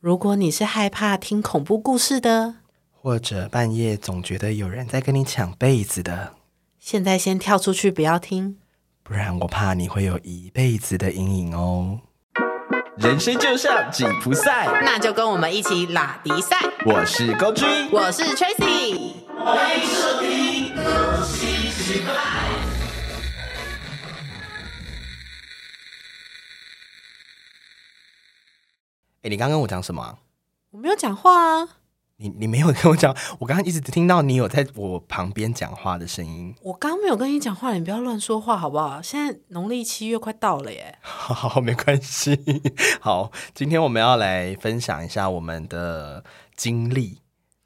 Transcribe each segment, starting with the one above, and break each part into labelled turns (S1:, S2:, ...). S1: 如果你是害怕听恐怖故事的，
S2: 或者半夜总觉得有人在跟你抢被子的，
S1: 现在先跳出去，不要听。
S2: 不然我怕你会有一辈子的阴影哦。
S3: 人生就像锦福赛，
S1: 那就跟我们一起拉迪赛。
S3: 我是高君，
S1: 我是 Tracy。
S2: 哎，你刚刚跟我讲什么啊、
S1: 我没有讲话啊，
S2: 你你没有跟我讲，我刚刚一直听到你有在我旁边讲话的声音。
S1: 我刚没有跟你讲话，你不要乱说话好不好？现在农历七月快到了耶，
S2: 好，没关系。 好，今天我们要来分享一下我们的经历，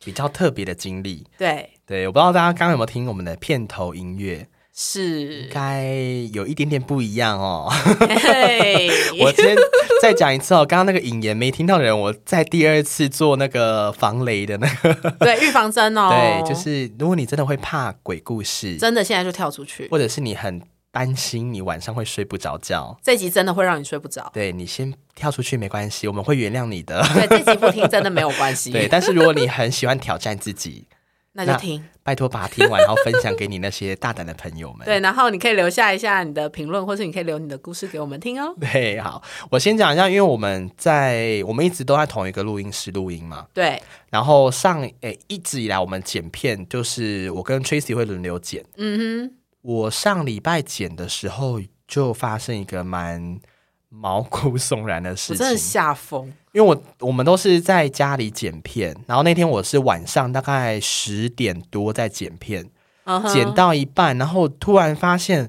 S2: 比较特别的经历。
S1: 对，
S2: 对，我不知道大家刚刚有没有听我们的片头音乐，应
S1: 是，
S2: 该有一点点不一样哦。
S1: 嘿，
S2: 我先再讲一次哦，刚刚那个引言没听到的人，我在第二次做那个防雷的那个，
S1: 对预防针 哦，
S2: 对，就是如果你真的会怕鬼故事，
S1: 真的现在就跳出去，
S2: 或者是你很担心你晚上会睡不着觉，
S1: 这集真的会让你睡不着，
S2: 对你先跳出去没关系，我们会原谅你的。
S1: 对，这集不听真的没有关系，
S2: 对，但是如果你很喜欢挑战自己，
S1: 那就
S2: 那
S1: 听。
S2: 拜托把它听完，然后分享给你那些大胆的朋友们。
S1: 对，然后你可以留下一下你的评论，或是你可以留你的故事给我们听哦。
S2: 对，好，我先讲一下，因为我们在我们一直都在同一个录音室录音嘛，
S1: 对，
S2: 然后上诶、一直以来我们剪片就是我跟 Tracy 会轮流剪，
S1: 嗯哼，
S2: 我上礼拜剪的时候就发生一个蛮毛骨悚然的
S1: 我
S2: 事
S1: 真的
S2: 情，
S1: 吓疯，
S2: 因为我我们都是在家里剪片，然后那天我是晚上大概十点多在剪片，
S1: 嗯哼
S2: 剪到一半，然后突然发现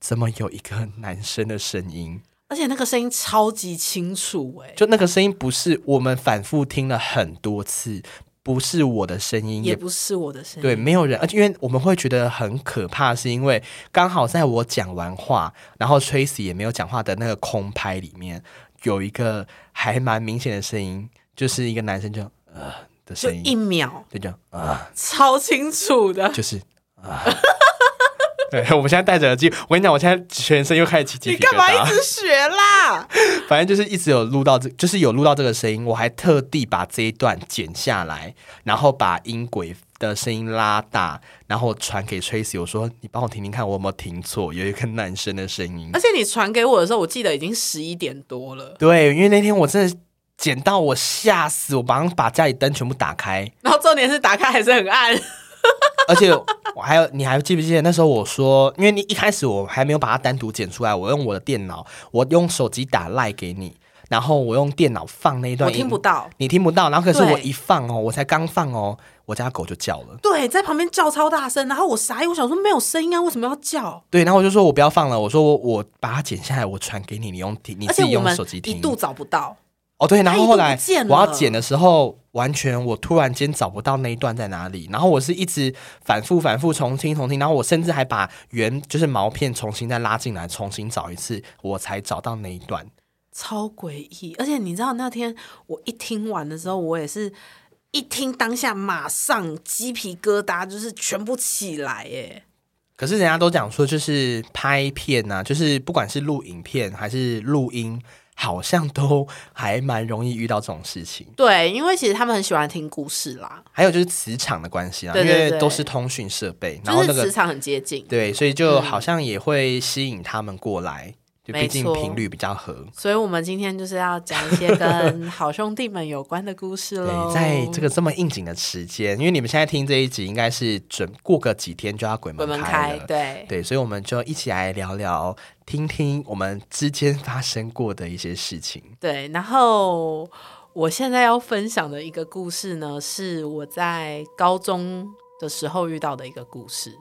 S2: 怎么有一个男生的声音。
S1: 而且那个声音超级清楚哎、
S2: 就那个声音不是我们反复听了很多次，不是我的声音，
S1: 也
S2: 也
S1: 不是我的声音，
S2: 对，，没有人，而且因为我们会觉得很可怕，是因为刚好在我讲完话，然后 Tracy 也没有讲话的那个空拍里面，有一个还蛮明显的声音，就是一个男生就呃的
S1: 就
S2: 声
S1: 一
S2: 音，
S1: 秒，
S2: 对，就啊、
S1: 超清楚的。
S2: 就是啊。对，我们现在戴着耳机，我跟你讲，我现在全身又开始起鸡
S1: 你
S2: 皮疙瘩。
S1: 干嘛一直学 啦？
S2: 反正就是一直有录到这，就是有录到这个声音，我还特地把这一段剪下来，然后把音轨的声音拉大，然后传给 Tracy，我说你帮我听听看，我有没有听错？有一个男生的声音
S1: 而。且你传给我的时候，我记得已经十一点多了，
S2: 对，因为那天我真的剪到我吓死，我马上把家里灯全部打开，
S1: 然后重点是打开还是很 暗，
S2: 而且我还有，你还记不记得那时候我说，因为你一开始我还没有把它单独剪出来，我用我的电脑，我用手机打赖给你，然后我用电脑放那一
S1: 我
S2: 段音，
S1: 听不到。
S2: 你听不到，然后可是我
S1: 对
S2: 一放哦，我才刚放哦，我家狗就叫了。
S1: 对，在旁边叫超大声，然后我傻眼，我想说没有声音啊，为什么要叫？
S2: 对，然后我就说我不要放了，我说我我把它剪下来，我传给你，你用听，你
S1: 而
S2: 自
S1: 且
S2: 己
S1: 我
S2: 用
S1: 们
S2: 手机
S1: 一
S2: 听。
S1: 度找不到，
S2: 哦，对，然后后
S1: 它
S2: 来
S1: 一度不见了
S2: 我要剪的时候，完全我突然间找不到那一段在哪里，然后我是一直反复反复重听重听，然后我甚至还把原就是毛片重新再拉进来，重新找一次，我才找到那一段。
S1: 超诡异。而且你知道那天我一听完的时候，我也是一听当下马上鸡皮疙瘩就是全部起来耶。
S2: 可是人家都讲说，就是拍片呐、啊，就是不管是录影片还是录音，好像都还蛮容易遇到这种事情。
S1: 对，因为其实他们很喜欢听故事啦，
S2: 还有就是磁场的关系啊，
S1: 对对
S2: 因为
S1: 对
S2: 都是通讯设备，然
S1: 就
S2: 后
S1: 是
S2: 那
S1: 磁
S2: 个
S1: 场很接近，
S2: 对，所以
S1: 嗯
S2: 就好像也会吸引他们过来，就
S1: 没
S2: 毕竟
S1: 错
S2: 频率比较合。
S1: 所以我们今天就是要讲一些 跟好兄弟们有关的故事喽。
S2: 对，在这个这么应景的时间，因为你们现在听这一集，应该是准过个几天就要鬼
S1: 鬼
S2: 门
S1: 门
S2: 开
S1: 开，
S2: 了。
S1: 对
S2: 对，所以我们就一起来聊聊，听听我们之间发生过的一些事情。
S1: 对，然后我现在要分享的一个故事呢，是我在高中的时候遇到的一个故事。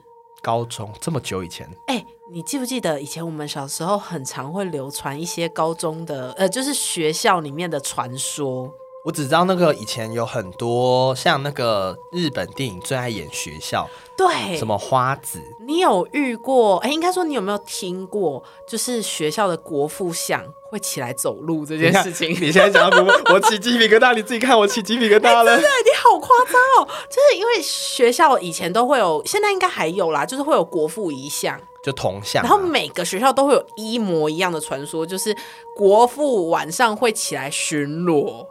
S2: 高中这么久以前，
S1: 哎、你记不记得以前我们小时候很常会流传一些高中的，呃，就是学校里面的传说？
S2: 我只知道那个以前有很多像那个日本电影最爱演学校，
S1: 对，
S2: 什么花子，
S1: 你有遇过？哎、应该说你有没有听过，就是学校的国父像会起来走路这件事情？
S2: 你现在讲到我我起鸡皮疙瘩，你自己看我起鸡皮疙瘩了。
S1: 你好夸张哦！就是因为学校以前都会有，现在应该还有啦，就是会有国父遗像，
S2: 就铜像啊、
S1: 然后每个学校都会有一模一样的传说，就是国父晚上会起来巡逻。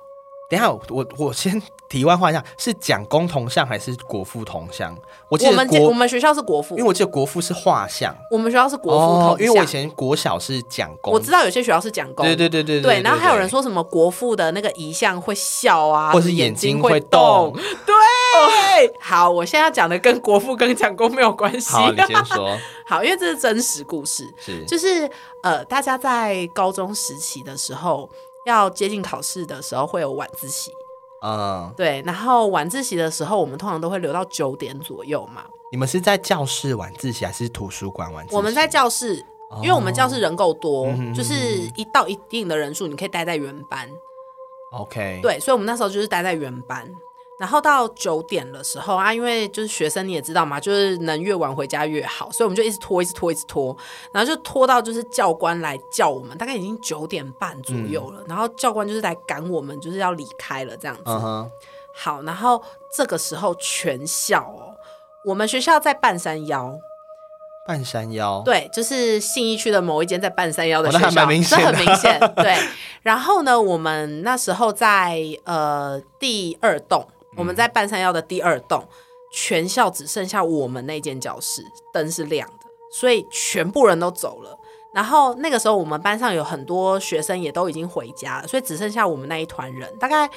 S2: 等一下，我我先 题外话一下，是讲工铜像还是国父铜像？我记
S1: 我
S2: 得
S1: 们家
S2: 国，
S1: 我们学校是国父
S2: 因为，我记得国父是画像，
S1: 我们学校是国父铜像、
S2: 哦，因为我以前国小是讲工，
S1: 我知道有些学校是讲公，
S2: 对对对对
S1: 对然后还有人，说什么国父的那个遗像会笑啊，
S2: 或是
S1: 眼
S2: 眼睛
S1: 会
S2: 会动。
S1: 对，好，我现在要讲的跟国父跟蒋公没有关系。
S2: 好，你先说，
S1: 好因为这是真实故事，
S2: 是
S1: 就是呃，大家在高中时期的时候，要接近考试的时候会有晚自习，
S2: 嗯，
S1: 对，然后晚自习的时候，我们通常都会留到九点左右嘛。
S2: 你们是在教室晚自习还是图书馆晚自习？
S1: 我们在教室，因为我们教室人够多，
S2: 哦嗯
S1: 就是一到一定的人数，你可以待在原班。
S2: OK，，
S1: 对，所以我们那时候就是待在原班。然后到九点的时候啊，因为就是学生你也知道嘛，就是能越晚回家越好，所以我们就一直拖，一直拖，一直拖，然后就拖到就是教官来叫我们，大概已经九点半左右了。然后教官就是来赶我们，就是要离开了这样子。
S2: 嗯哼，
S1: 好，然后这个时候全校哦，我们学校在半山腰，
S2: 半山腰，，
S1: 对，就是信义区的某一间在半山腰的
S2: 哦
S1: 学
S2: 那
S1: 校，
S2: 还蛮明显
S1: 这
S2: 的
S1: 很明显。 对，然后呢，我们那时候在呃第二栋，
S2: 嗯
S1: 我们在半山腰的第二栋，全校只剩下我们那间教室灯是亮的，所以全部人都走了。然后那个时候，我们班上有很多学生也都已经回家了，所以只剩下我们那一团人，大概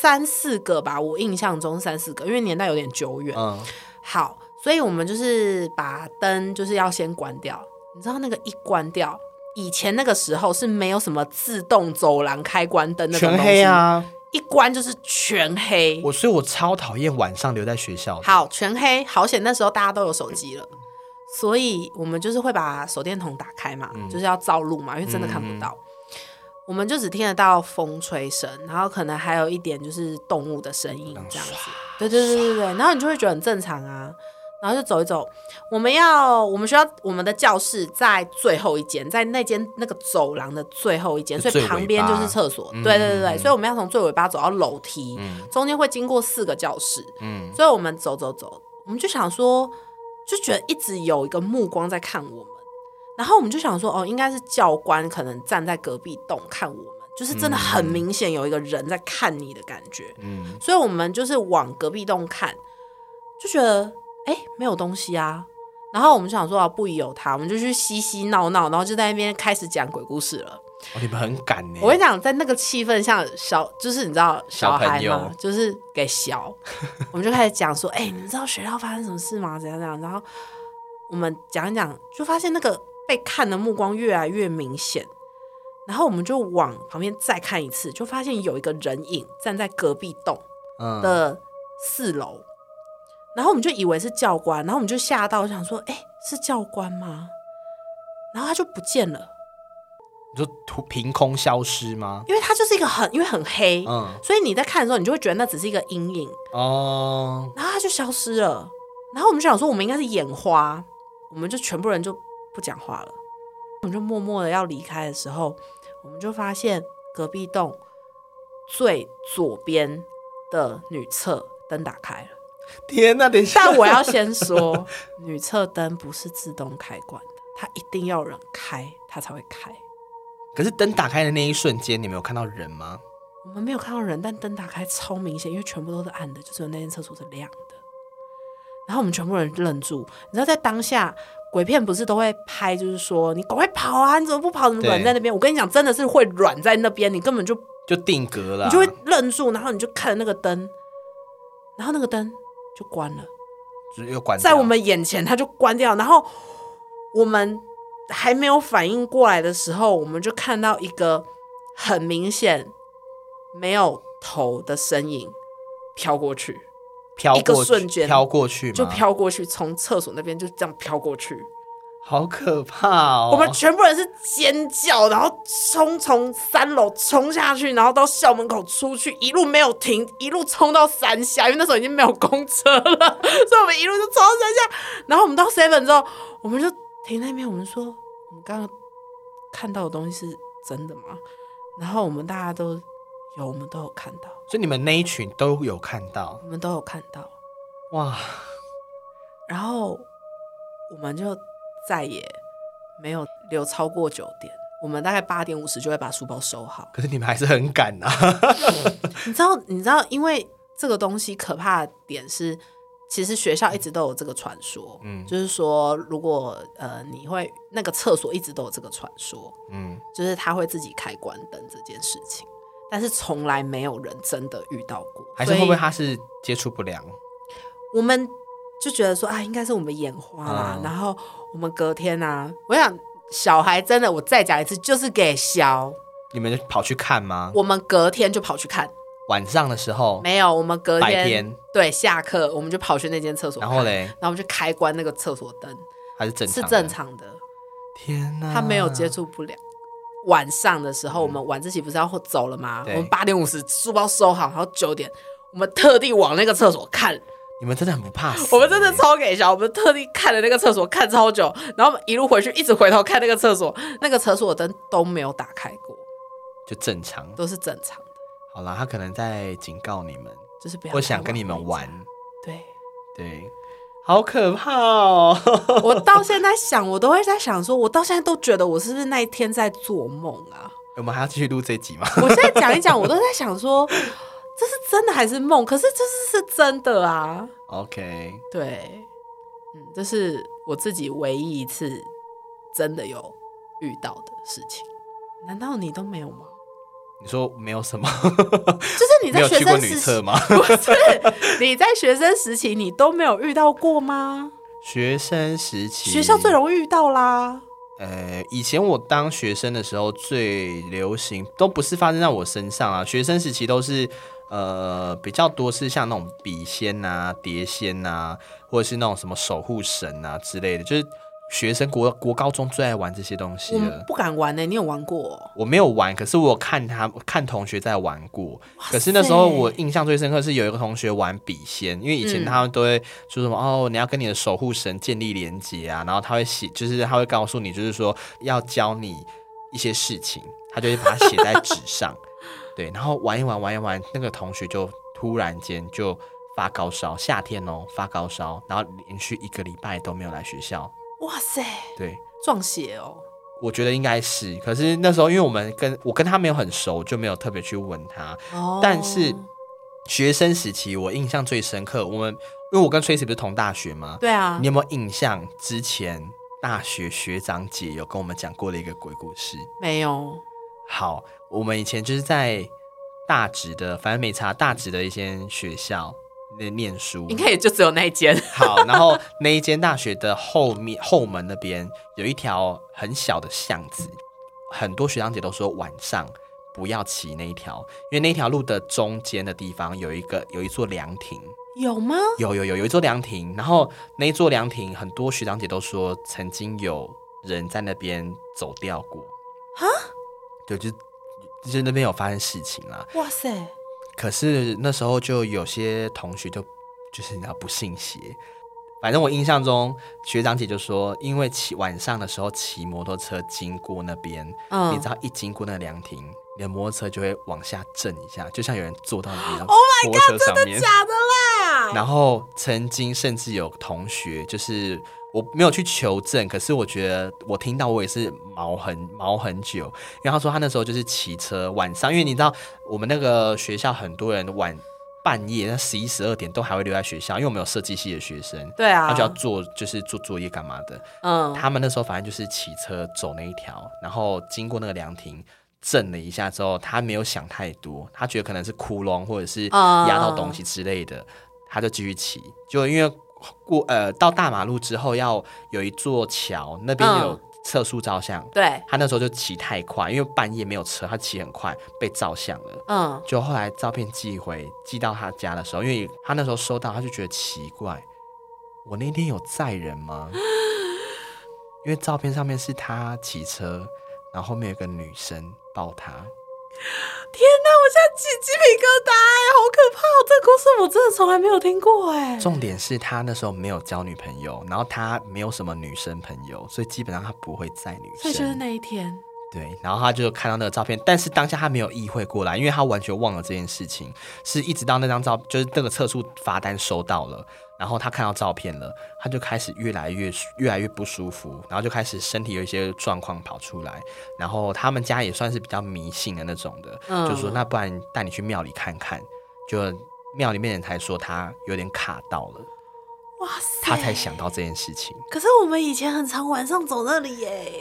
S1: 三四个吧，我印象中三四个，因为年代有点久远。
S2: 嗯，
S1: 好，所以我们就是把灯就是要先关掉。你知道那个一关掉，以前那个时候是没有什么自动走廊开关灯那种
S2: 全
S1: 东西，
S2: 黑，啊，
S1: 一关就是全黑。
S2: 我所以，我超讨厌晚上留在学校的。
S1: 好，全黑，好险那时候大家都有手机了，所以我们就是会把手电筒打开嘛，就是要照路嘛，因为真的看不到。我们就只听得到风吹声，然后可能还有一点就是动物的声音这样子。对对对对对，然后你就会觉得很正常啊。然后就走一走，我们要我们学校我们的教室在最后一间，在那间那个走廊的最后一间，所
S2: 最
S1: 以旁边就是厕所。对对对对，所以我们要从最尾巴走到楼梯，中间会经过四个教室。
S2: 嗯，
S1: 所以我们走走走，我们就想说，就觉得一直有一个目光在看我们，然后我们就想说，哦，应该是教官可能站在隔壁栋看我们，就是真的很明显有一个人在看你的感觉，
S2: 嗯，
S1: 所以我们就是往隔壁栋看，就觉得哎、诶没有东西啊。然后我们就想说啊，不宜有他，我们就去嬉嬉闹闹，然后就在那边开始讲鬼故事了。
S2: 哦你们很赶呢。
S1: 我跟你讲，在那个气氛下，小就是你知道小孩
S2: 小朋
S1: 嘛
S2: 友，
S1: 就是给 小，我们就开始讲说，哎、你们知道学校发生什么事吗？怎样怎样？然后我们讲一讲，就发现那个被看的目光越来越明显，然后我们就往旁边再看一次，就发现有一个人影站在隔壁栋
S2: 嗯，
S1: 的四楼，然后我们就以为是教官，然后我们就吓到想说，哎、是教官吗？然后他就不见了，
S2: 你说突凭空消失吗？
S1: 因为他就是一个很因为很黑，
S2: 嗯，
S1: 所以你在看的时候，你就会觉得那只是一个阴影，
S2: 哦，
S1: 然后它就消失了。然后我们就想说，我们应该是眼花，我们就全部人就不讲话了，我们就默默的要离开的时候，我们就发现隔壁栋最左边的女厕灯打开了。
S2: 天哪，等一下，
S1: 但我要先说，女厕灯不是自动开关的，它一定要有人开，它才会开。
S2: 可是灯打开的那一瞬间，你们有看到人吗？
S1: 我们没有看到人，但灯打开超明显，因为全部都是暗的，就只有那间厕所是亮的。然后我们全部人愣住，你知道在当下鬼片不是都会拍，就是说你赶快跑啊，你怎么不跑，怎么软
S2: 对
S1: 在那边？我跟你讲，真的是会软在那边，你根本就你
S2: 就定格了啊，
S1: 就会愣住，然后你就看着那个灯，然后那个灯就关了。
S2: 就是又关掉
S1: 在我们眼前，它就关掉。然后我们还没有反应过来的时候，我们就看到一个很明显没有头的身影飘过去，
S2: 飘
S1: 一个
S2: 过去
S1: 瞬间
S2: 飘过去吗
S1: 就，飘过去，从厕所那边就这样飘过去。
S2: 好可怕哦！
S1: 我们全部人是尖叫，然后冲从三楼冲下去，然后到校门口出去，一路没有停，一路冲到山下，因为那时候已经没有公车了，所以我们一路就冲到山下。然后我们到 seven 之后，我们就停那边，我们说我们刚刚看到的东西是真的吗？然后我们大家都有，我们都有看到，
S2: 所以你们那一群都有看到
S1: 我们都有看到。
S2: 哇，
S1: 然后我们就再也没有留超过九点，我们大概八点五十就会把书包收好。
S2: 可是你们还是很赶啊。
S1: 你知道，你知道，因为这个东西可怕的点是，其实学校一直都有这个传说，嗯，就是说，如果呃你会那个厕所一直都有这个传说，
S2: 嗯，
S1: 就是他会自己开关灯这件事情，但是从来没有人真的遇到过，
S2: 还是会不
S1: 所
S2: 会
S1: 以
S2: 他是接触不良？
S1: 我们就觉得说啊，应该是我们眼花啦，
S2: 嗯
S1: 然后我们隔天啊，我想小孩真的，我再讲一次，就是给小，
S2: 你们就跑去看吗？
S1: 我们隔天就跑去看，
S2: 晚上的时候，
S1: 没有，我们隔
S2: 白
S1: 天
S2: 天，
S1: 对下课我们就跑去那间厕所看，
S2: 然后嘞，
S1: 然后我们就开关那个厕所灯，
S2: 还是正常？
S1: 是正。常的，
S2: 天哪，
S1: 他没有接。触不良。晚上的时候，我们晚自习不是要走了吗？我
S2: 嗯对
S1: 们八点五十书包收好，然后九点，我们特地往那个厕所 看，
S2: 你们真的很不怕死。
S1: 我们真的超给小，我们特地看了那个厕所看超久，然后我们一路回去一直回头看那个厕所，那个厕所灯都没有打开过，
S2: 就正常。
S1: 都是正常的，
S2: 好啦，他可能在警告你们，
S1: 就是不要。
S2: 我想跟你们玩。。
S1: 对，
S2: 对，好可怕 哦。
S1: 我到现在想，我都会在想说，我到现在都觉得我是不是那一天在做梦啊？
S2: 我们还要继续录这集吗？
S1: 我现在讲一讲，我都在想说，这是真的还是梦？可是这是是真的啊。
S2: OK，
S1: 对，嗯，这是我自己唯一一次真的有遇到的事情。难道你都没有吗？
S2: 你说没有什么，
S1: 就是你
S2: 没
S1: 在
S2: 有
S1: 学
S2: 去过
S1: 生
S2: 女
S1: 时
S2: 厕
S1: 期，
S2: 吗？
S1: 不是你在学生时期，你都没有遇到过吗？
S2: 学生时期，
S1: 学校最容易遇到啦。
S2: 呃，以前我当学生的时候，最流行都不是发生在我身上啊。学生时期都是呃比较多是像那种笔仙啊、碟仙啊，或者是那种什么守护神啊之类的，就是学生国国高中最爱玩这些东西
S1: 我们
S2: 了。
S1: 不敢玩呢、你有玩过哦、
S2: 我没有玩，可是我有看他看同学在玩过。
S1: 塞
S2: 可是那时候我印象最深刻是有一个同学玩笔仙，因为以前
S1: 嗯
S2: 他们都会说什么、哦，你要跟你的守护神建立连接啊，然后他会写，就是他会告诉你，就是说要教你一些事情，他就会把它写在纸 上。对，然后玩一玩，玩一玩，那个同学就突然间就发高烧，夏天哦发高烧，然后连续一个礼拜都没有来学校。
S1: 哇塞，
S2: 对，
S1: 撞邪哦、
S2: 我觉得应该是，可是那时候因为我们跟我跟他没有很熟，就没有特别去问他。
S1: 哦，
S2: 但是学生时期我印象最深刻，我们因为我跟 Tracy 不是同大学吗？
S1: 对啊
S2: 你，有没有印象之前大学学长姐有跟我们讲过的一个鬼故事？
S1: 没有，
S2: 好，我们以前就是在大直的，反正没差大直的一间学校那念书，
S1: 应该也就只有那一间。
S2: 好，然后那一间大学的后面后门那边有一条很小的巷子，很多学长姐都说晚上不要骑那一条，因为那条路的中间的地方有一个有一座凉亭，
S1: 有吗？
S2: 有有有有一座凉亭，然后那一座凉亭很多学长姐都说曾经有人在那边走掉过
S1: 啊，
S2: 对，就就是那边有发生事情啦。
S1: 哇塞，
S2: 可是那时候就有些同学就就是你知道不信邪，反正我印象中学长姐就说，因为骑晚上的时候骑摩托车经过那边，
S1: 嗯
S2: 你只要一经过那凉亭，你的摩托车就会往下震一下，就像有人坐到你的摩托车上面。
S1: 假的啦！
S2: 然后曾经甚至有同学，就是我没有去求证，可是我觉得我听到我也是毛很毛很久，因为他说他那时候就是骑车晚上，因为你知道我们那个学校很多人晚半夜那十一十二点都还会留在学校，因为我们有设计系的学生，
S1: 对啊，
S2: 他就要做就是做作业干嘛的，
S1: 嗯，
S2: 他们那时候反正就是骑车走那一条，然后经过那个凉亭。震了一下之后，他没有想太多，他觉得可能是窟窿或者是
S1: 啊
S2: 压到东西之类的，他就继续骑。就因为过呃到大马路之后要有一座桥，那边有
S1: 嗯
S2: 测速照相，
S1: 对，
S2: 他那时候就骑太快，因为半夜没有车，他骑很快被照相了。
S1: 嗯，
S2: 就后来照片寄回寄到他家的时候，因为他那时候收到，他就觉得奇怪，我那天有载人吗？因为照片上面是他骑车，然后后面有个女生抱他。
S1: 天哪，我现在起鸡皮疙瘩哎，好可怕哦！这个故事我真的从来没有听过哎。
S2: 重点是他那时候没有交女朋友，然后他没有什么女生朋友，所以基本上他不会载女
S1: 所以就是
S2: 生。
S1: 那一天，
S2: 对，然后他就看到那个照片，但是当下他没有意会过来，因为他完全忘了这件事情，是一直到那张照，就是那个测速罚单收到了，然后他看到照片了，他就开始越来越舒越来越不舒服，然后就开始身体有一些状况跑出来。然后他们家也算是比较迷信的那种的，
S1: 嗯
S2: 就说那不然带你去庙里看看。就庙里面人才说他有点卡到了，
S1: 哇塞，
S2: 他才想到这件事情。
S1: 可是我们以前很常晚上走那里耶，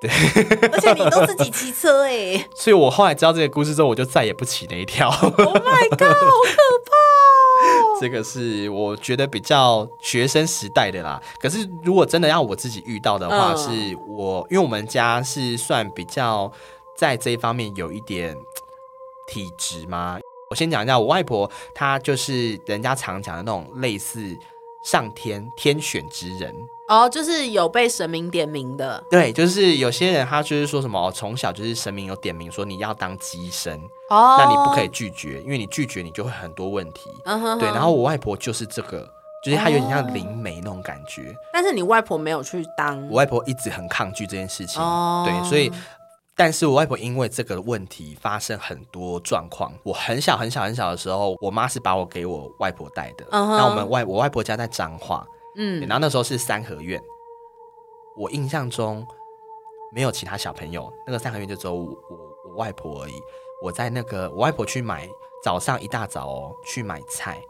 S1: 对， 而且你都自己骑车 哎
S2: 所以我后来知道这个故事之后，我就再也不起那一跳。
S1: ，Oh my god，好可怕哦！
S2: 这个是我觉得比较学生时代的啦。可是如果真的要我自己遇到的话，
S1: 嗯
S2: 是我因为我们家是算比较在这一方面有一点嘖体质嘛。我先讲一下，我外婆她就是人家常讲的那种类似上天天选之人，
S1: 哦，就是有被神明点名的，
S2: 对，就是有些人他就是说什么哦从小就是神明有点名说你要当鸡生，
S1: 哦，
S2: 那你不可以，拒绝，因为你拒绝你就会很多问题。
S1: 嗯哼哼
S2: 对，然后我外婆就是这个，就是她有点像灵媒那种感觉。
S1: 但是你外婆没有去当，
S2: 我外婆一直很抗拒这件事情，
S1: 哦
S2: 对，所以。但是我外婆因为这个问题发生很多状况。我很小很小很小的时候，我妈是把我给我外婆带的。
S1: 嗯哼
S2: 那我们外我外婆家在彰化，对
S1: 嗯
S2: 然后那时候是三合院。我印象中没有其他小朋友，那个三合院就只有我我我外婆而已。我在那个我外婆去买早上一大早哦去买菜，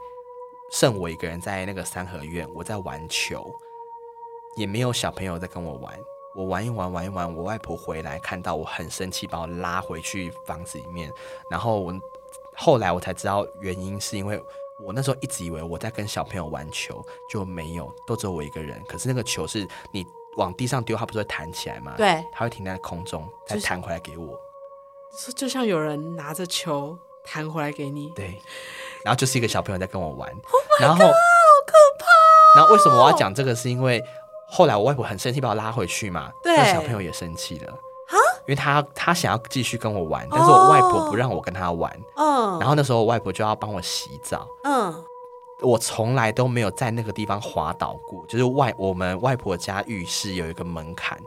S2: 剩我一个人在那个三合院，我在玩球，也没有小朋友在跟我玩。我玩一玩，玩一玩，我外婆回来看到我很生气，把我拉回去房子里面。然后我后来我才知道原因是因为我那时候一直以为我在跟小朋友玩球，就没有，都只有我一个人。可是那个球是你往地上丢，它不是会弹起来吗？，
S1: 对，
S2: 它会停在空中，再
S1: 就是
S2: 弹回来给我。
S1: 就就像有人拿着球弹回来给你，
S2: 对，然后就是一个小朋友在跟我玩然 Oh 后好可怕、哦然后为什么我要讲这个？是因为后来我外婆很生气，把我拉回去嘛。
S1: 对
S2: 那小朋友也生气了因为他他想要继续跟我玩，但是我外婆不让我跟他玩。
S1: 嗯
S2: 然后那时候我外婆就要帮我洗澡，
S1: 嗯，
S2: 我从来都没有在那个地方滑倒过，就是外我们外婆家浴室有一个门槛。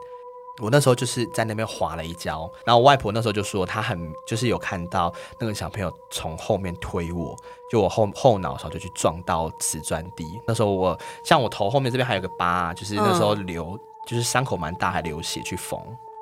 S2: 我那时候就是在那边滑了一跤，然后我外婆那时候就说她很就是有看到那个小朋友从后面推我，就我后后脑勺就去撞到瓷砖地。那时候我像我头后面这边还有个疤，就是那时候流、就是伤口蛮大，还流血去缝。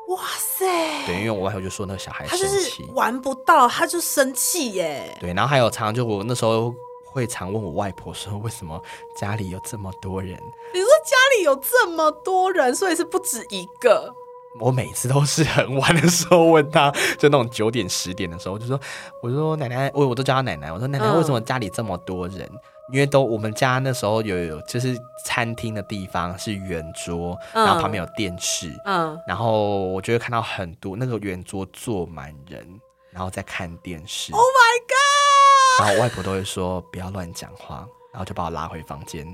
S1: 哇塞，
S2: 对，因为我外婆就说那个小孩
S1: 他
S2: 生
S1: 就
S2: 气
S1: 是，玩不到，他就生气耶，
S2: 对，然后还有常常就我那时候会常问我外婆说为什么家里有这么多人，
S1: 你说家里有这么多人，所以是不止一个，
S2: 我每次都是很晚的时候问他，就那种九点十点的时候，我就说，我说奶奶，我我都叫他奶奶，我说奶奶，
S1: 嗯
S2: 为什么家里这么多人？因为都我们家那时候有有就是餐厅的地方是圆桌，
S1: 嗯
S2: 然后旁边有电视，
S1: 嗯，
S2: 然后我就会看到很多那个圆桌坐满人，然后在看电视。Oh
S1: my
S2: god！然后我外婆都会说不要乱讲话，然后就把我拉回房间。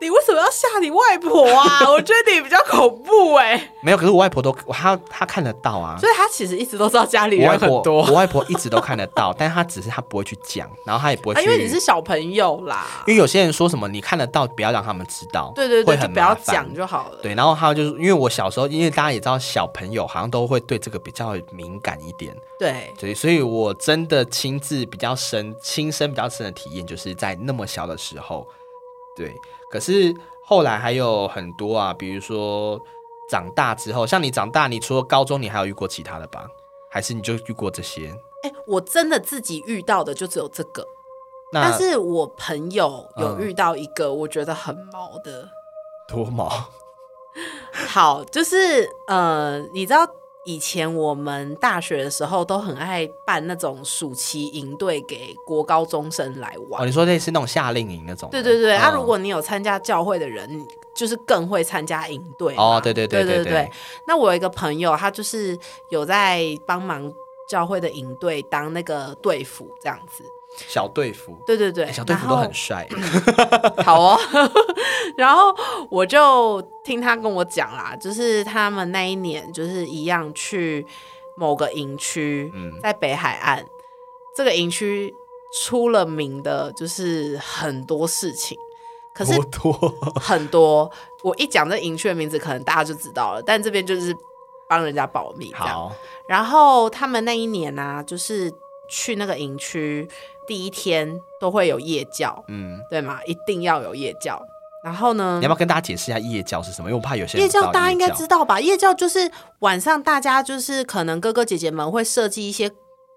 S1: 你为什么要吓你外婆 啊？我觉得你比较恐怖哎，
S2: 没有，可是我外婆都她她看得到啊，
S1: 所以他其实一直都知道家里
S2: 我
S1: 人
S2: 外
S1: 很
S2: 婆
S1: 多
S2: 我外婆一直都看得到， 但她只是她不会去讲，然后她也不会去，
S1: 啊，因为你是小朋友啦，
S2: 因为有些人说什么你看得到，不要让他们知道，
S1: 对对对，
S2: 会
S1: 就
S2: 很
S1: 不要
S2: 麻烦
S1: 讲就好了。
S2: 对，然后还有就是，因为我小时候，因为大家也知道，小朋友好像都会对这个比较敏感一点，
S1: 对，
S2: 对，所以我真的亲自比较深、亲身比较深的体验，就是在那么小的时候，对。可是后来还有很多啊，比如说长大之后，像你长大，你除了高中，你还有遇过其他的吧？还是你就遇过这些？
S1: 哎、我真的自己遇到的就只有这个，
S2: 那
S1: 但是我朋友有
S2: 嗯
S1: 遇到一个我觉得很毛的。
S2: 多毛，
S1: 好，就是呃，你知道以前我们大学的时候都很爱办那种暑期营队给国高中生来玩。
S2: 哦，你说类似那种夏令营那种的？
S1: 对对对，啊，
S2: 嗯
S1: 如果你有参加教会的人，你就是更会参加营队嘛
S2: 哦对对
S1: 对
S2: 对
S1: 对
S2: 对对
S1: 那我有一个朋友，他就是有在帮忙教会的营队当那个队服这样子。
S2: 小队服，
S1: 对对对，
S2: 哎小队服
S1: 然
S2: 都
S1: 后
S2: 很帅，
S1: 好哦。然后我就听他跟我讲啦，就是他们那一年就是一样去某个营区，
S2: 嗯
S1: 在北海岸这个营区出了名的，就是很多事情。 可是
S2: 多多
S1: 很多。我一讲这营区的名字，可能大家就知道了，但这边就是帮人家保密 这样。
S2: 好，
S1: 然后他们那一年呢、就是去那个营区第一天都会有夜教，
S2: 嗯
S1: 对吗？一定要有夜教。然后呢
S2: 你要，不要跟大家解释一下夜教是什么？因为我怕有些人
S1: 夜
S2: 不知
S1: 教
S2: 道
S1: 大家应该
S2: 教
S1: 知道吧？夜教就是晚上大家就是可能哥哥姐姐们会设计一些。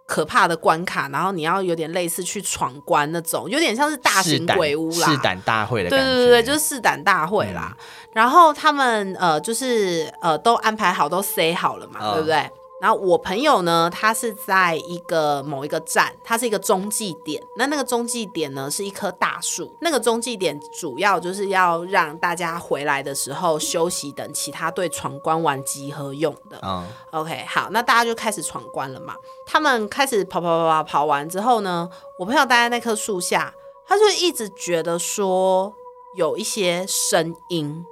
S1: 可怕的关卡，然后你要有点类似去闯关那种，有点像是大型
S2: 试胆
S1: 鬼屋啦，
S2: 试胆大会的
S1: 对
S2: 感觉。嗯
S1: 对对对，就是试胆大会啦。然后他们呃，就是呃，都安排好，都塞好了嘛，
S2: 嗯
S1: 对不对？然后我朋友呢，他是在一个某一个站，它是一个中继点。那那个中继点呢，是一棵大树。那个中继点主要就是要让大家回来的时候休息，等其他队闯关完集合用的。
S2: 嗯，
S1: OK，好，那大家就开始闯关了嘛。他们开始跑跑跑跑跑完之后呢，我朋友待在那棵树下，他就一直觉得说有一些声音，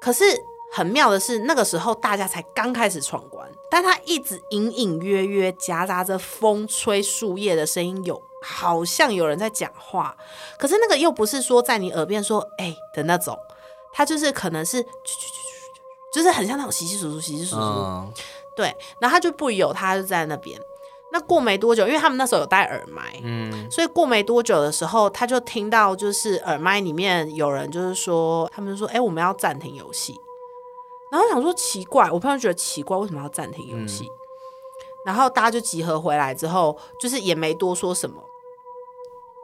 S1: 可是很妙的是，那个时候大家才刚开始闯关，但他一直隐隐约约夹杂着风吹树叶的声音有。好像有人在讲话，可是那个又不是说在你耳边说“哎、的那种，他就是可能是，就是很像那种稀稀疏疏、稀稀疏疏，
S2: 嗯
S1: 对，然后他就不由他就在那边。那过没多久，因为他们那时候有戴耳麦，
S2: 嗯，
S1: 所以过没多久的时候，他就听到就是耳麦里面有人就是说，他们就说，哎、我们要暂停游戏。然后我想说奇怪，我朋友觉得奇怪，为什么要暂停游戏？然后大家就集合回来之后，就是也没多说什么，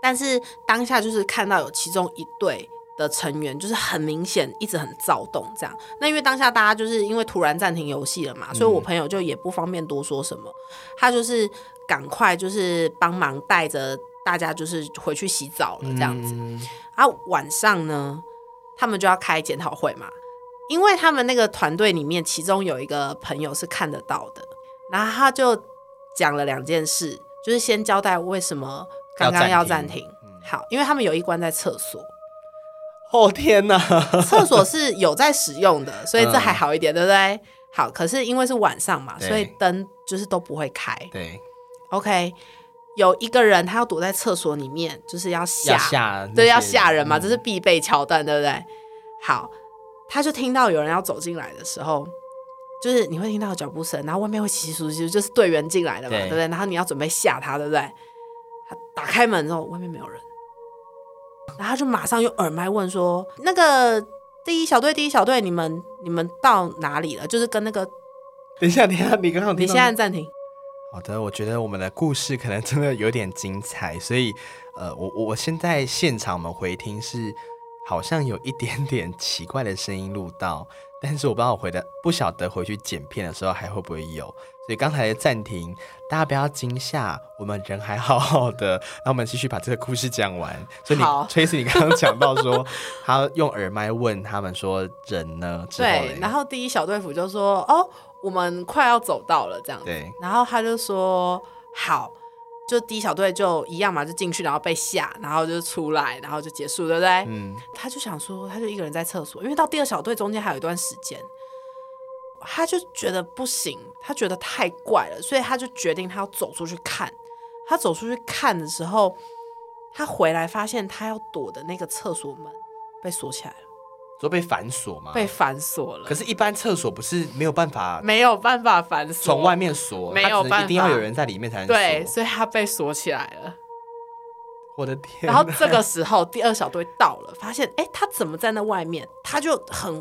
S1: 但是当下就是看到有其中一队的成员，就是很明显一直很躁动这样。那因为当下大家就是因为突然暂停游戏了嘛，所以我朋友就也不方便多说什么，他就是赶快就是帮忙带着大家就是回去洗澡了这样子。
S2: 嗯
S1: 啊，晚上呢，他们就要开检讨会嘛，因为他们那个团队里面，其中有一个朋友是看得到的，然后他就讲了两件事，就是先交代为什么刚刚要
S2: 要
S1: 暂
S2: 暂
S1: 停
S2: 停。嗯
S1: 好，因为他们有一关在厕所，
S2: 哦天哪，
S1: 厕所是有在使用的， 所以这
S2: 嗯
S1: 还好一点，对不对？好，可是因为是晚上嘛，
S2: 对
S1: 所以灯就是都不会开。
S2: 对，
S1: OK，有一个人他要躲在厕所里面，就是要
S2: 要
S1: 吓
S2: 吓，
S1: 对，要吓人嘛，
S2: 嗯
S1: 这是必备桥段，对不对？好，他就听到有人要走进来的时候，就是你会听到脚步声，然后外面会稀疏稀疏，就是队员进来了嘛，
S2: 对
S1: 对不对？然后你要准备吓他，对不对？他打开门之后，外面没有人，然后他就马上用耳麦问说：“那个第一小队，第一小队，你们你们到哪里了？就是跟那个
S2: 等一下，等一下，你刚刚有
S1: 你
S2: 听到
S1: 现在暂停。”
S2: 好的，我觉得我们的故事可能真的有点精彩，所以呃，我我我现在现场我们回听是好像有一点点奇怪的声音录到，但是我不知道我回的不晓得回去剪片的时候还会不会有，所以刚才的暂停，大家不要惊吓，我们人还好好的，那我们继续把这个故事讲完。所以你
S1: 好
S2: Tracy 你刚刚讲到说 他用耳麦问他们说人呢之后
S1: 对
S2: 嘞，
S1: 然后第一小队服就说：“哦，我们快要走到了，这样子。
S2: 对”
S1: 然后他就说：“好。”就第一小队就一样嘛，就进去，然后被吓，然后就出来，然后就结束，对不对？
S2: 嗯
S1: 他就想说，他就一个人在厕所，因为到第二小队中间还有一段时间，他就觉得不行，他觉得太怪了，所以他就决定他要走出去看。他走出去看的时候，他回来发现他要躲的那个厕所门被锁起来了，
S2: 说被反锁吗？
S1: 被反锁了
S2: 哦可。是，一般厕所不是没有办法
S1: 没有办法反锁，
S2: 从外面锁，
S1: 没
S2: 它
S1: 有
S2: 只
S1: 办
S2: 一定要
S1: 法
S2: 有人在里面才能锁。
S1: 对，所以他被锁起来了。
S2: 我的天哪！
S1: 然后这个时候，第二小队到了，发现哎，诶他怎么在那外面？他就很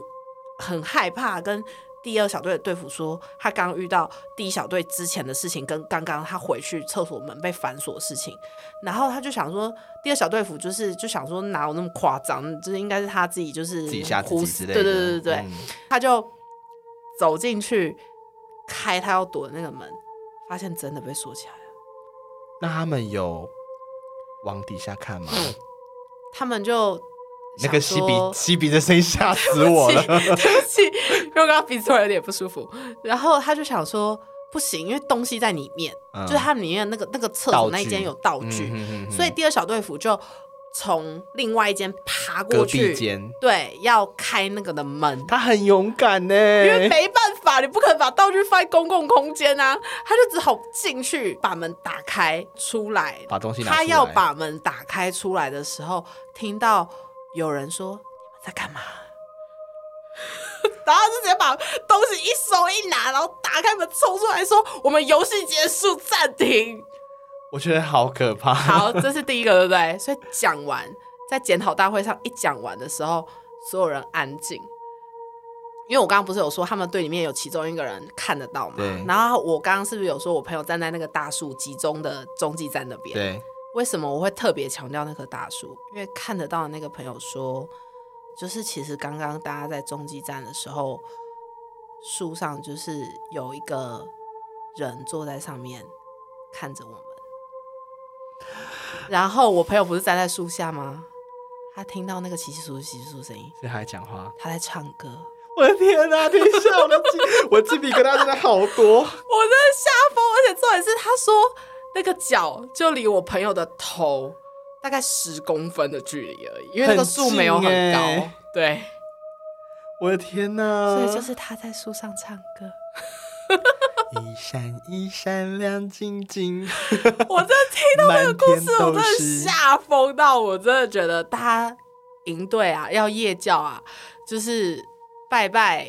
S1: 很害怕，跟第二小队的队服说，他刚遇到第一小队之前的事情，跟刚刚他回去厕所门被反锁的事情。然后他就想说，第二小队服就是就想说，哪有那么夸张？就是应该是他自己就是
S2: 自己吓自
S1: 胡
S2: 己
S1: 思
S2: 之类的，
S1: 对对对对对，
S2: 嗯
S1: 他就走进去开他要躲的那个门，发现真的被锁起来了。
S2: 那他们有往底下看吗？
S1: 他们就
S2: 那个吸
S1: 嗯想
S2: 鼻
S1: 说
S2: 吸鼻的声音吓死 我了。
S1: 对不起，对不起，因为我刚刚鼻子突然有点不舒服。然后他就想说，不行，因为东西在里面，
S2: 嗯
S1: 就是他们里面那个那个厕
S2: 道
S1: 所
S2: 具
S1: 那一间有道具，
S2: 嗯
S1: 所以第二小队服就从另外一间爬
S2: 隔
S1: 过
S2: 壁
S1: 去，
S2: 间，
S1: 对，要开那个的门。
S2: 他很勇敢呢。
S1: 因为没办法，你不可能把道具放在公共空间啊，他就只好进去把门打开出来，
S2: 把东西拿出来
S1: 他要把门打开出来的时候，听到有人说：“你们在干嘛？” 然后他就直接把东西一收一拿，然后打开门冲出来说：“我们游戏结束，暂停。
S2: 我觉得好可” 怕。
S1: 好，这是第一个，对不对？所以讲完，在检讨大会上一讲完的时候，所有人安静。因为我刚刚不是有说他们队里面有其中一个人看得到嘛
S2: 对，
S1: 然后我刚刚是不是有说我朋友站在那个大树集中的中继站那边？
S2: 对，
S1: 为什么我会特别强调那棵大树？因为看得到的那个朋友说，就是其实刚刚大家在中继站的时候，树上就是有一个人坐在上面看着我们。然后我朋友不是站在树下吗？他听到那个稀稀疏疏、稀稀疏疏声音，
S2: 所以还讲话。
S1: 他在唱歌。
S2: 我的天 哪、天下，我的鸡，我鸡皮疙瘩真的好多。
S1: 我真的吓疯，而且重点是他说那个脚就离我朋友的头大概十公分的距离而已，因为那个树没有很高，
S2: 很近欸
S1: 对，
S2: 我的天哪、
S1: 所以就是他在树上唱歌，
S2: 一闪一闪亮晶晶。
S1: 我真的听到那个故事，我
S2: 满天
S1: 真
S2: 都
S1: 的
S2: 是
S1: 吓疯到，我真的觉得大家营队啊，要夜教啊，就是拜拜，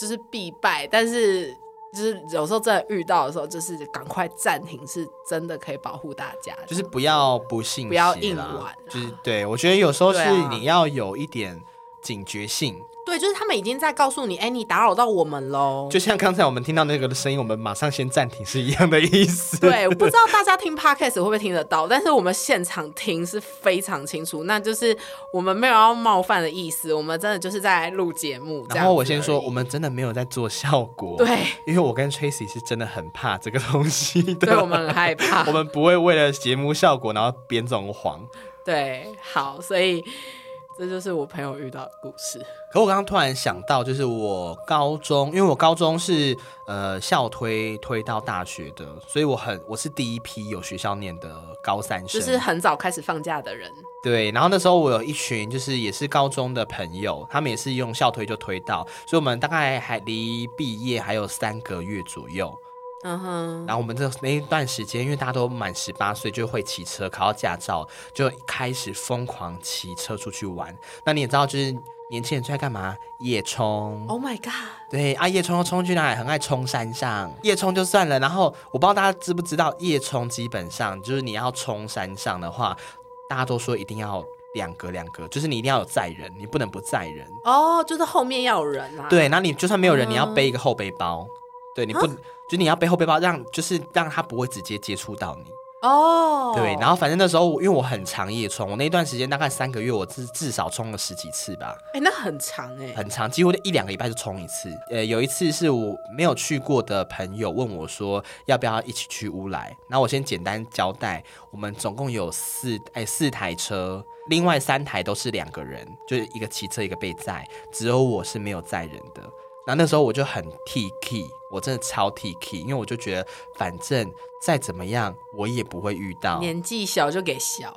S1: 就是必拜，但是。就是有时候真的遇到的时候，就是赶快暂停，是真的可以保护大家的。
S2: 就是不要不信邪啦，
S1: 不要硬玩啦
S2: 就是对我觉得有时候
S1: 对
S2: 是
S1: 啊
S2: 你要有一点警觉性，
S1: 对，就是他们已经在告诉你，哎、你打扰到我们喽。
S2: 就像刚才我们听到那个的声音，我们马上先暂停是一样的意思。
S1: 对，我不知道大家听 podcast 会不会听得到，但是我们现场听是非常清楚，那就是我们没有要冒犯的意思，我们真的就是在录节目。这
S2: 然
S1: 样
S2: 后
S1: 子
S2: 我先说，
S1: 而已
S2: 我们真的没有在做效果，
S1: 对，
S2: 因为我跟 Tracy 是真的很怕这个东西的，
S1: 对我们很害怕
S2: 我。们不会为了节目效果然后编这种谎。
S1: 对，好，所以这就是我朋友遇到的故事。
S2: 可我刚刚突然想到，就是我高中，因为我高中是呃校推推到大学的，所以我很我是第一批有学校念的高三
S1: 就
S2: 生，
S1: 是很早开始放假的人，
S2: 对，然后那时候我有一群就是也是高中的朋友，他们也是用校推就推到，所以我们大概还离毕业还有三个月左右。
S1: 嗯哼，
S2: 然后我们这那一段时间，因为大家都满十八岁就会骑车，考到驾照，就开始疯狂骑车出去玩。那你也知道，就是年轻人最爱干嘛？夜冲。
S1: Oh my god！
S2: 对啊，夜冲要冲去哪里？很爱冲山上。夜冲就算了，然后我不知道大家知不知道，夜冲基本上就是你要冲山上的话，大家都说一定要两格两格，就是你一定要有载人，你不能不载人。
S1: 哦、就是后面要有人啊。，
S2: 对，那你就算没有人，
S1: 嗯
S2: 你要背一个后背包。对，你不就是你要背后背包，让就是让他不会直接接触到你。
S1: 哦、
S2: 对，然
S1: 后
S2: 后反正那时候我因为我很常夜冲，我那一段时间大概三个月，我至至少冲了十几次吧。
S1: 哎、那很长哎、
S2: 很长，几乎一两个礼拜就冲一次。呃，有一次是我没有去过的朋友问我说要不要一起去乌来，然后我先简单交代，我们总共有四哎四台车，另外三台都是两个人，就是一个骑车一个被载，只有我是没有载人的。然后那时候我就很 T K，我真的超 T K，因为我就觉得反正再怎么样我也不会遇到，
S1: 年纪小就给小，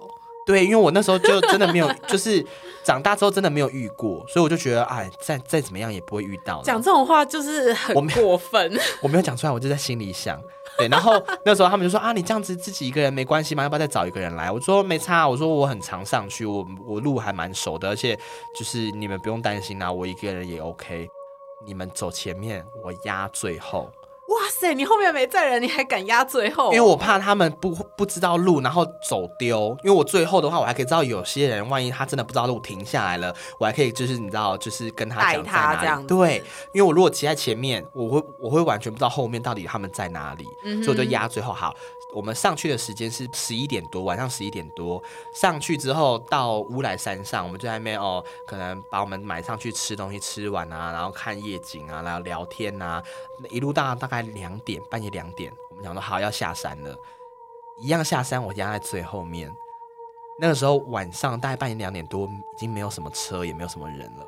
S2: 对，因为我那时候就真的没有，就是长大之后真的没有遇过，所以我就觉得，哎，再再怎么样也不会遇到了。
S1: 讲这种话就是很
S2: 我没
S1: 过分。
S2: 我没有讲出来，我就在心里想。对，然后那时候他们就说啊，你这样子自己一个人没关系吗？要不要再找一个人来？我说没差，啊我说我很常上去，我我路还蛮熟的，而且就是你们不用担心啦、啊我一个人也 OK。你们走前面，我压最后，
S1: 哇塞，你后面没载人，你还敢压最后？
S2: 因为我怕他们不不知道路，然后走丢。因为我最后的话，我还可以知道有些人，万一他真的不知道路停下来了，我还可以就是你知道，就是跟他
S1: 带
S2: 讲在
S1: 他
S2: 哪里
S1: 这样子
S2: 对，因为我如果骑在前面，我会我会完全不知道后面到底他们在哪里，
S1: 嗯
S2: 所以我就压最后。好，我们上去的时间是十一点多，晚上十一点多上去之后到乌来山上，我们就在那边哦，可能把我们买上去吃东西吃完啊，然后看夜景啊，然后聊天啊，一路到大概两点，半夜两点，我们想说好要下山了，一样下山，我压在最后面。那个时候晚上大概半夜两点多，已经没有什么车，也没有什么人了。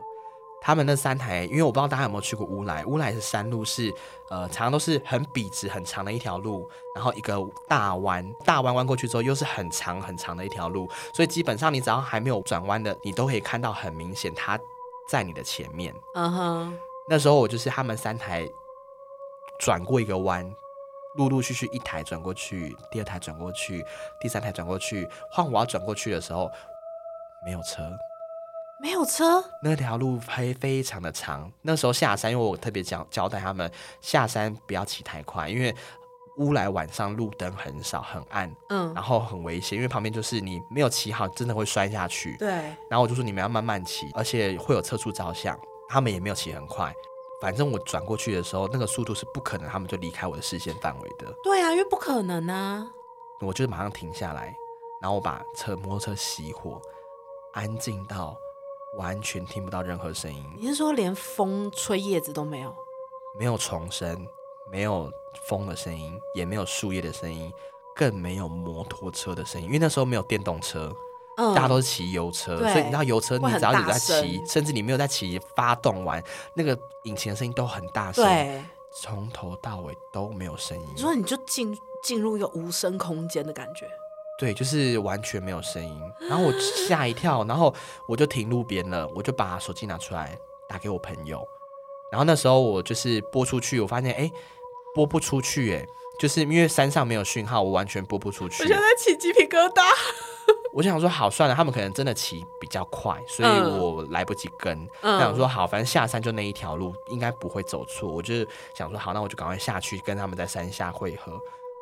S2: 他们那三台，因为我不知道大家有没有去过乌来，乌来是山路是，呃，常常都是很笔直、很长的一条路，然后一个大弯，大弯弯过去之后又是很长、很长的一条路，所以基本上你只要还没有转弯的，你都可以看到很明显它在你的前面。
S1: 嗯哼，
S2: 那时候我就是他们三台转过一个弯，陆陆续续一台转过去，第二台转过去，第三台转过去，换我要转过去的时候，没有车。
S1: 没有车，
S2: 那条路非非常的长，那时候下山，因为我特别讲交代他们下山不要骑太快，因为乌来晚上路灯很少，很暗，
S1: 嗯，
S2: 然后很危险，因为旁边就是你没有骑好，真的会摔下去。
S1: 对，
S2: 然后我就说你们要慢慢骑，而且会有测速照相，他们也没有骑很快。反正我转过去的时候，那个速度是不可能他们就离开我的视线范围的。
S1: 对啊，因为不可能啊，
S2: 我就是马上停下来，然后我把车摩托车熄火，安静到完全听不到任何声音，
S1: 你是说连风吹叶子都没有？
S2: 没有虫声，没有风的声音，也没有树叶的声音，更没有摩托车的声音，因为那时候没有电动车，
S1: 嗯，
S2: 大家都是骑油车，
S1: 对
S2: 所以你知道油车，你
S1: 会很
S2: 只要你
S1: 大
S2: 在骑，
S1: 声
S2: 甚至你没有在骑，发动完那个引擎的声音都很大声，
S1: 对，
S2: 从头到尾都没有声音
S1: 你，说你就进进入一个无声空间的感觉，
S2: 对，就是完全没有声音。然后我吓一跳，然后我就停路边了，我就把手机拿出来打给我朋友，然后那时候我就是拨出去，我发现哎、诶拨不出去哎、诶就是因为山上没有讯号，我完全拨不出去。
S1: 起鸡皮疙瘩。
S2: 我就想说，好算了，他们可能真的骑比较快，所以
S1: 嗯
S2: 我来不及跟。
S1: 嗯
S2: 那想说，好，反正下山就那一条路，应该不会走错。我就是想说，好，那我就赶快下去跟他们在山下汇合。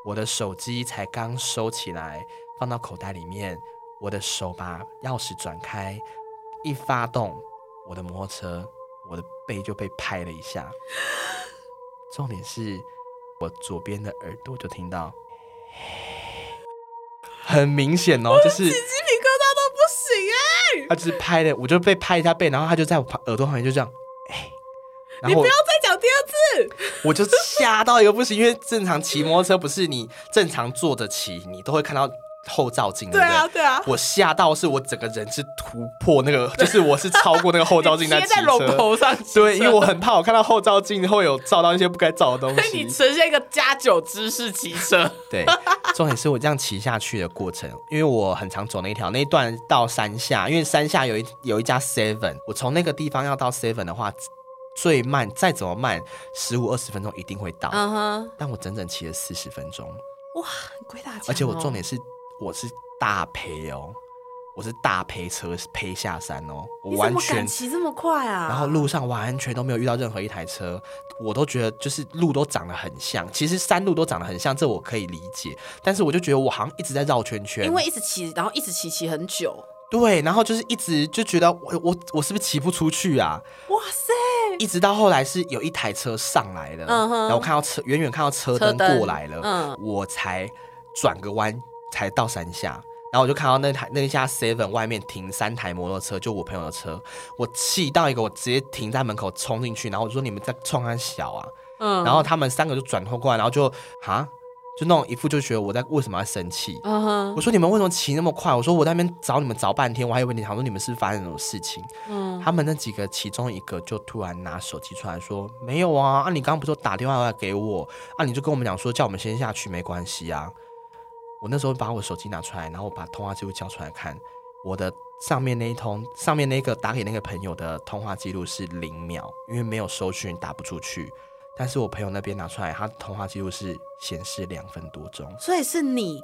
S2: 我的手机才刚收起来，放到口袋里面，我的手把钥匙转开，一发动，我的摩托车，我的背就被拍了一下。重点是我左边的耳朵就听到， 很明显哦，就是
S1: 鸡皮疙瘩都不行啊！
S2: 他就是拍的，我就被拍一下背，然后他就在我旁耳朵旁边就这样，哎、然后我
S1: 再讲第二次。
S2: 我就吓到一个不行，因为正常骑摩托车不是你正常坐着骑，你都会看到后照镜，对不对？
S1: 对啊
S2: 我吓到是我整个人是突破那个，就是我是超过那个后 照镜在骑车。
S1: 上
S2: 对，因为我很怕我看到后照镜会有照到一些不该照的东 西。
S1: 呈现一个加九姿势骑车，
S2: 对，重点是我这样骑下去的过程，因为我很常走那一条，那一段到山下，因为山下有一有一家 Seven，我从那个地方要到 Seven 的话，最慢再怎么慢，十五二十分钟一定会到。
S1: 嗯哼，
S2: 但我整整骑了四十分钟，
S1: 哇，鬼打墙哦
S2: 而且我重点是我是大赔哦，我是大赔车赔下山哦，我
S1: 你怎
S2: 完
S1: 么
S2: 全
S1: 敢骑这么快啊？
S2: 然后路上完全都没有遇到任何一台车，我都觉得就是路都长得很像，其实山路都长得很像，这我可以理解。但是我就觉得我好像一直在绕圈圈，
S1: 因为一直骑，然后一直骑骑很久，
S2: 对，然后就是一直就觉得我我我是不是骑不出去啊？
S1: 哇塞，
S2: 一直到后来是有一台车上来了，
S1: 嗯哼
S2: 然后我看到车远远看到车
S1: 车
S2: 灯
S1: 灯
S2: 过来了，
S1: 嗯
S2: 我才转个弯才到山下。然后我就看到那台那一家 Seven 外面停三台摩托车，就我朋友的车，我气到一个，我直接停在门口冲进去，然后我就说你们在冲他小啊，
S1: 嗯，
S2: 然后他们三个就转头过来，然后就哈，就那种一副就觉得我在为什么要生气，
S1: 嗯哼，
S2: 我说你们为什么骑那么快？我说我在那边找你们找半天，我还以为你想说你们是不是发生什么事情。
S1: 嗯，
S2: 他们那几个其中一个就突然拿手机出来说：“没有啊，啊你刚刚不是有打电话来给我啊？你就跟我们讲说叫我们先下去，没关系啊。”我那时候把我手机拿出来，然后我把通话记录交出来看，我的上面那一通上面那个打给那个朋友的通话记录是零秒，因为没有收讯打不出去。但是我朋友那边拿出来，他的通话记录是显示两分多钟。
S1: 所以是你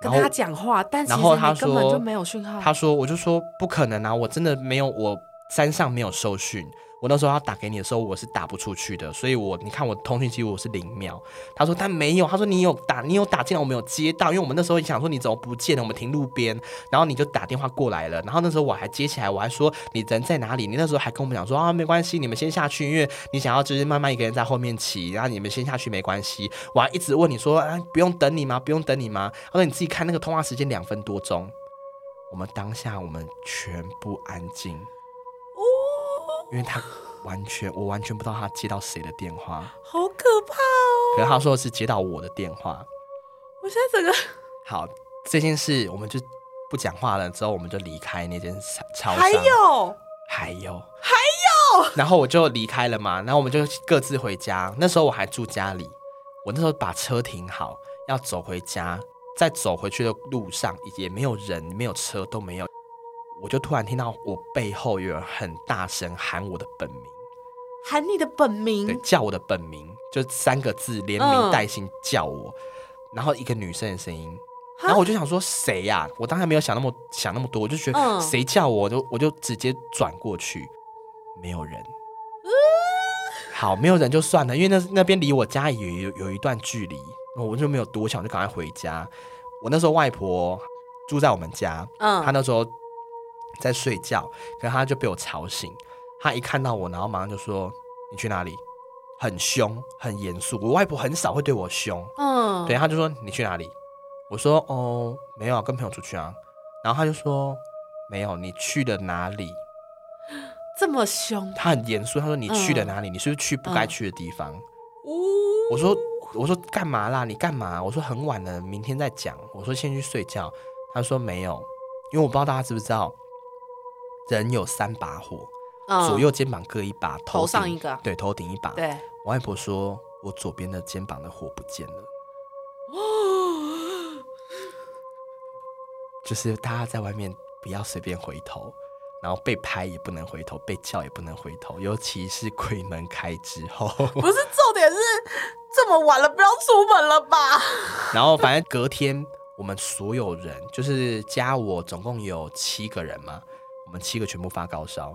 S1: 跟
S2: 然后
S1: 他讲话，但其实
S2: 然后他
S1: 你
S2: 说
S1: 根本就没有讯号，
S2: 他说，我就说不可能啊，我真的没有，我山上没有受训。我那时候要打给你的时候，我是打不出去的，所以我你看我通讯记录我是零秒。他说他没有，他说你有打，你有打进来，我没有接到，因为我们那时候想说你怎么不见了，我们停路边，然后你就打电话过来了，然后那时候我还接起来，我还说你人在哪里？你那时候还跟我们讲说啊没关系，你们先下去，因为你想要就是慢慢一个人在后面骑，然后你们先下去没关系。我还一直问你说啊不用等你吗？不用等你吗？他说你自己看那个通话时间两分多钟。我们当下我们全部安静，
S1: 哦，
S2: 因为他完全我完全不知道他接到谁的电话，
S1: 好可怕哦！
S2: 可是他说是接到我的电话。
S1: 我现在整个
S2: 好，这件事我们就不讲话了，之后我们就离开那间超超商。
S1: 还有
S2: 还有还有，然后我就离开了嘛，然后我们就各自回家。那时候我还住家里，我那时候把车停好，要走回家，在走回去的路上也没有人，没有车都没有，我就突然听到我背后有人很大声喊我的本名，
S1: 喊你的本
S2: 对，
S1: 名，
S2: 叫我的本名，就三个字连
S1: 嗯
S2: 名带姓叫我，然后一个女生的声音。
S1: 哈
S2: 然后我就想说谁呀、我当然没有想那么想那么多，我就觉得
S1: 嗯
S2: 谁叫我，我就我就直接转过去，没有人。
S1: 嗯
S2: 好，没有人就算了，因为那那边离我家也有有一段距离，我就没有多想，我就赶快回家。我那时候外婆住在我们家，
S1: 嗯，
S2: 她那时候在睡觉，可是她就被我吵醒。她一看到我，然后马上就说：“你去哪里？”很凶，很严肃。我外婆很少会对我凶，
S1: 嗯，
S2: 对，，他啊就说你去哪里？我说哦，没有啊，跟朋友出去啊。然后他就说没有，你去了哪里？
S1: 这么凶，
S2: 他很严肃，他说你去
S1: 嗯
S2: 了哪里？你是不是去不该去的地方？
S1: 呜，
S2: 我说我说干嘛啦？你干嘛？我说很晚了，明天再讲。我说先去睡觉。他说没有，因为我不知道大家知不知道，人有三把火，
S1: 嗯
S2: 左右肩膀各一把，头
S1: 头上
S2: 顶
S1: 一个
S2: 对，头顶一把。
S1: 对，
S2: 我外婆说我左边的肩膀的火不见了。
S1: 哦
S2: 就是大家在外面不要随便回头，然后被拍也不能回头，被叫也不能回头，尤其是鬼门开之后。
S1: 不是重点是这么晚了，不要出门了吧？
S2: 然后反正隔天我们所有人，就是加我总共有七个人嘛，我们七个全部发高烧，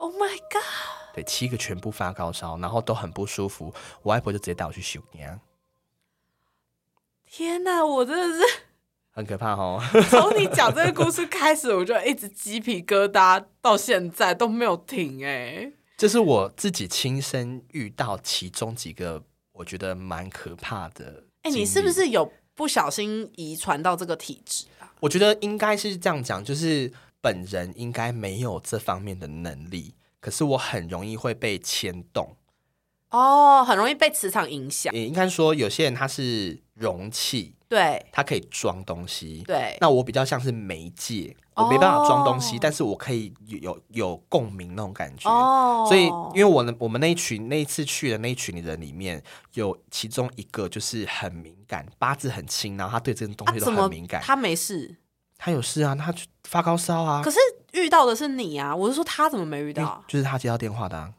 S1: Oh my god！
S2: 对，七个全部发高烧，然后都很不舒服。我外婆就直接带我去休娘，
S1: 天哪，我真的是
S2: 很可怕哦。
S1: 从你讲这个故事开始，我就一直鸡皮疙瘩，到现在都没有停哎、
S2: 这是我自己亲身遇到其中几个，我觉得蛮可怕的。
S1: 哎、你是不？是有不小心遗传到这个体质啊？
S2: 我觉得应该是这样讲，就是本人应该没有这方面的能力，可是我很容易会被牵动。
S1: 哦，很容易被磁场影响。
S2: 也应该说，有些人他是容器，
S1: 对
S2: 他可以装东西。
S1: 对，
S2: 那我比较像是媒介，
S1: 哦
S2: 我没办法装东西，但是我可以有有有共鸣那种感觉。
S1: 哦，
S2: 所以，因为我呢，我们那一群那一次去的那一群人里面，有其中一个就是很敏感，八字很轻，然后他对这种东
S1: 他
S2: 西
S1: 啊
S2: 都
S1: 怎么
S2: 很敏感。
S1: 他没事，
S2: 他有事啊，那他就发高烧啊
S1: 可，是遇到的是你啊！我是说他怎么没遇到
S2: 因为
S1: 啊？
S2: 就是他接到电话的、啊。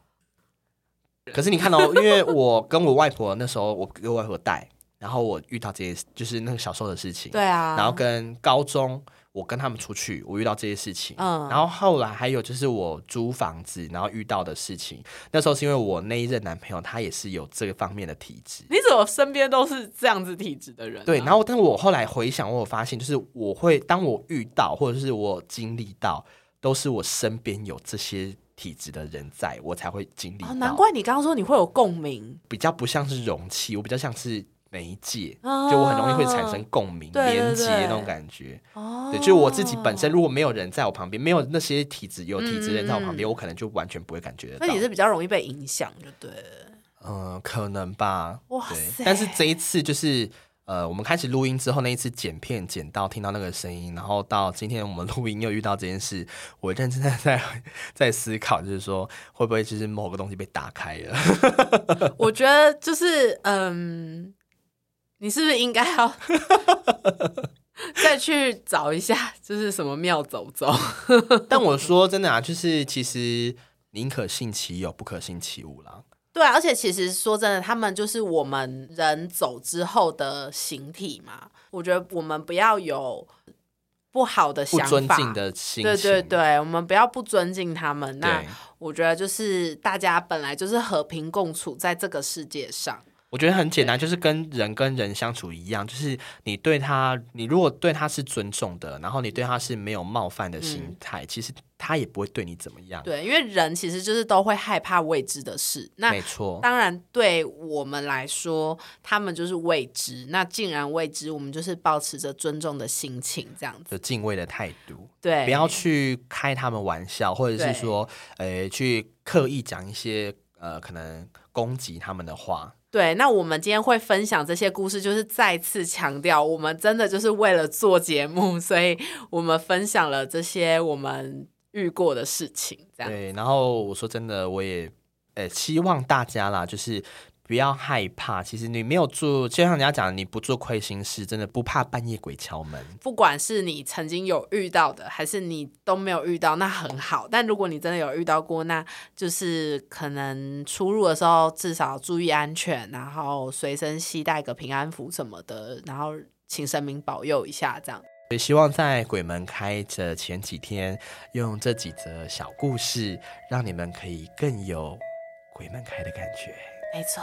S2: 可是你看哦，因为我跟我外婆那时候，我给我外婆带，然后我遇到这些，就是那个小时候的事情。
S1: 对啊，
S2: 然后跟高中我跟他们出去，我遇到这些事情，
S1: 嗯
S2: 然后后来还有就是我租房子，然后遇到的事情，那时候是因为我那一任男朋友他也是有这个方面的体质，
S1: 你怎么身边都是这样子体质的人啊、
S2: 对，然后但我后来回想，我有发现就是我会当我遇到或者是我经历到，都是我身边有这些。体质的人在我才会经历到，
S1: 哦，难怪你刚刚说你会有共鸣，
S2: 比较不像是容器，我比较像是媒介，
S1: 啊
S2: 就我很容易会产生共鸣、
S1: 对对
S2: 连接
S1: 对
S2: 那种感觉。
S1: 哦，
S2: 对，就我自己本身，如果没有人在我旁边，没有那些体质有体质的人在我旁边，我可能就完全不会感觉得到。
S1: 嗯那你是比较容易被影响，就对了。
S2: 嗯、可能吧。
S1: 哇塞
S2: 对，但是这一次就是呃，我们开始录音之后，那一次剪片剪到听到那个声音，然后到今天我们录音又遇到这件事，我认真的在在思考，就是说会不会就是某个东西被打开了？
S1: 我觉得就是嗯，你是不是应该要再去找一下，就是什么庙走走？
S2: 但我说真的啊，就是其实宁可信其有，不可信其无啦。
S1: 对啊，而且其实说真的，他们就是我们人走之后的形体嘛。我觉得我们不要有不好的
S2: 不
S1: 想法，
S2: 尊敬的心情，啊
S1: 对对对，我们不要不尊敬他们。那
S2: 对
S1: 我觉得就是大家本来就是和平共处在这个世界上。
S2: 我觉得很简单，就是跟人跟人相处一样，就是你对他，你如果对他是尊重的，然后你对他是没有冒犯的心态，其实他也不会对你怎么样。
S1: 嗯对，因为人其实就是都会害怕未知的事。那
S2: 没错，
S1: 当然，对我们来说，他们就是未知。那既然未知，我们就是保持着尊重的心情，这样子。
S2: 有敬畏的态度，
S1: 对，
S2: 不要去开他们玩笑，或者
S1: 对
S2: 是说，呃，去刻意讲一些呃可能攻击他们的话。
S1: 对，那我们今天会分享这些故事，就是再次强调，我们真的就是为了做节目，所以我们分享了这些我们遇过的事情，这样。
S2: 对，然后我说真的，我也呃希望大家啦，就是不要害怕。其实你没有做，就像人家讲的，你不做亏心事，真的不怕半夜鬼敲门。
S1: 不管是你曾经有遇到的，还是你都没有遇到，那很好。但如果你真的有遇到过，那就是可能出入的时候至少注意安全，然后随身携带个平安符什么的，然后请神明保佑一下，这样。
S2: 也希望在鬼门开的前几天，用这几则小故事，让你们可以更有鬼门开的感觉。
S1: 没错。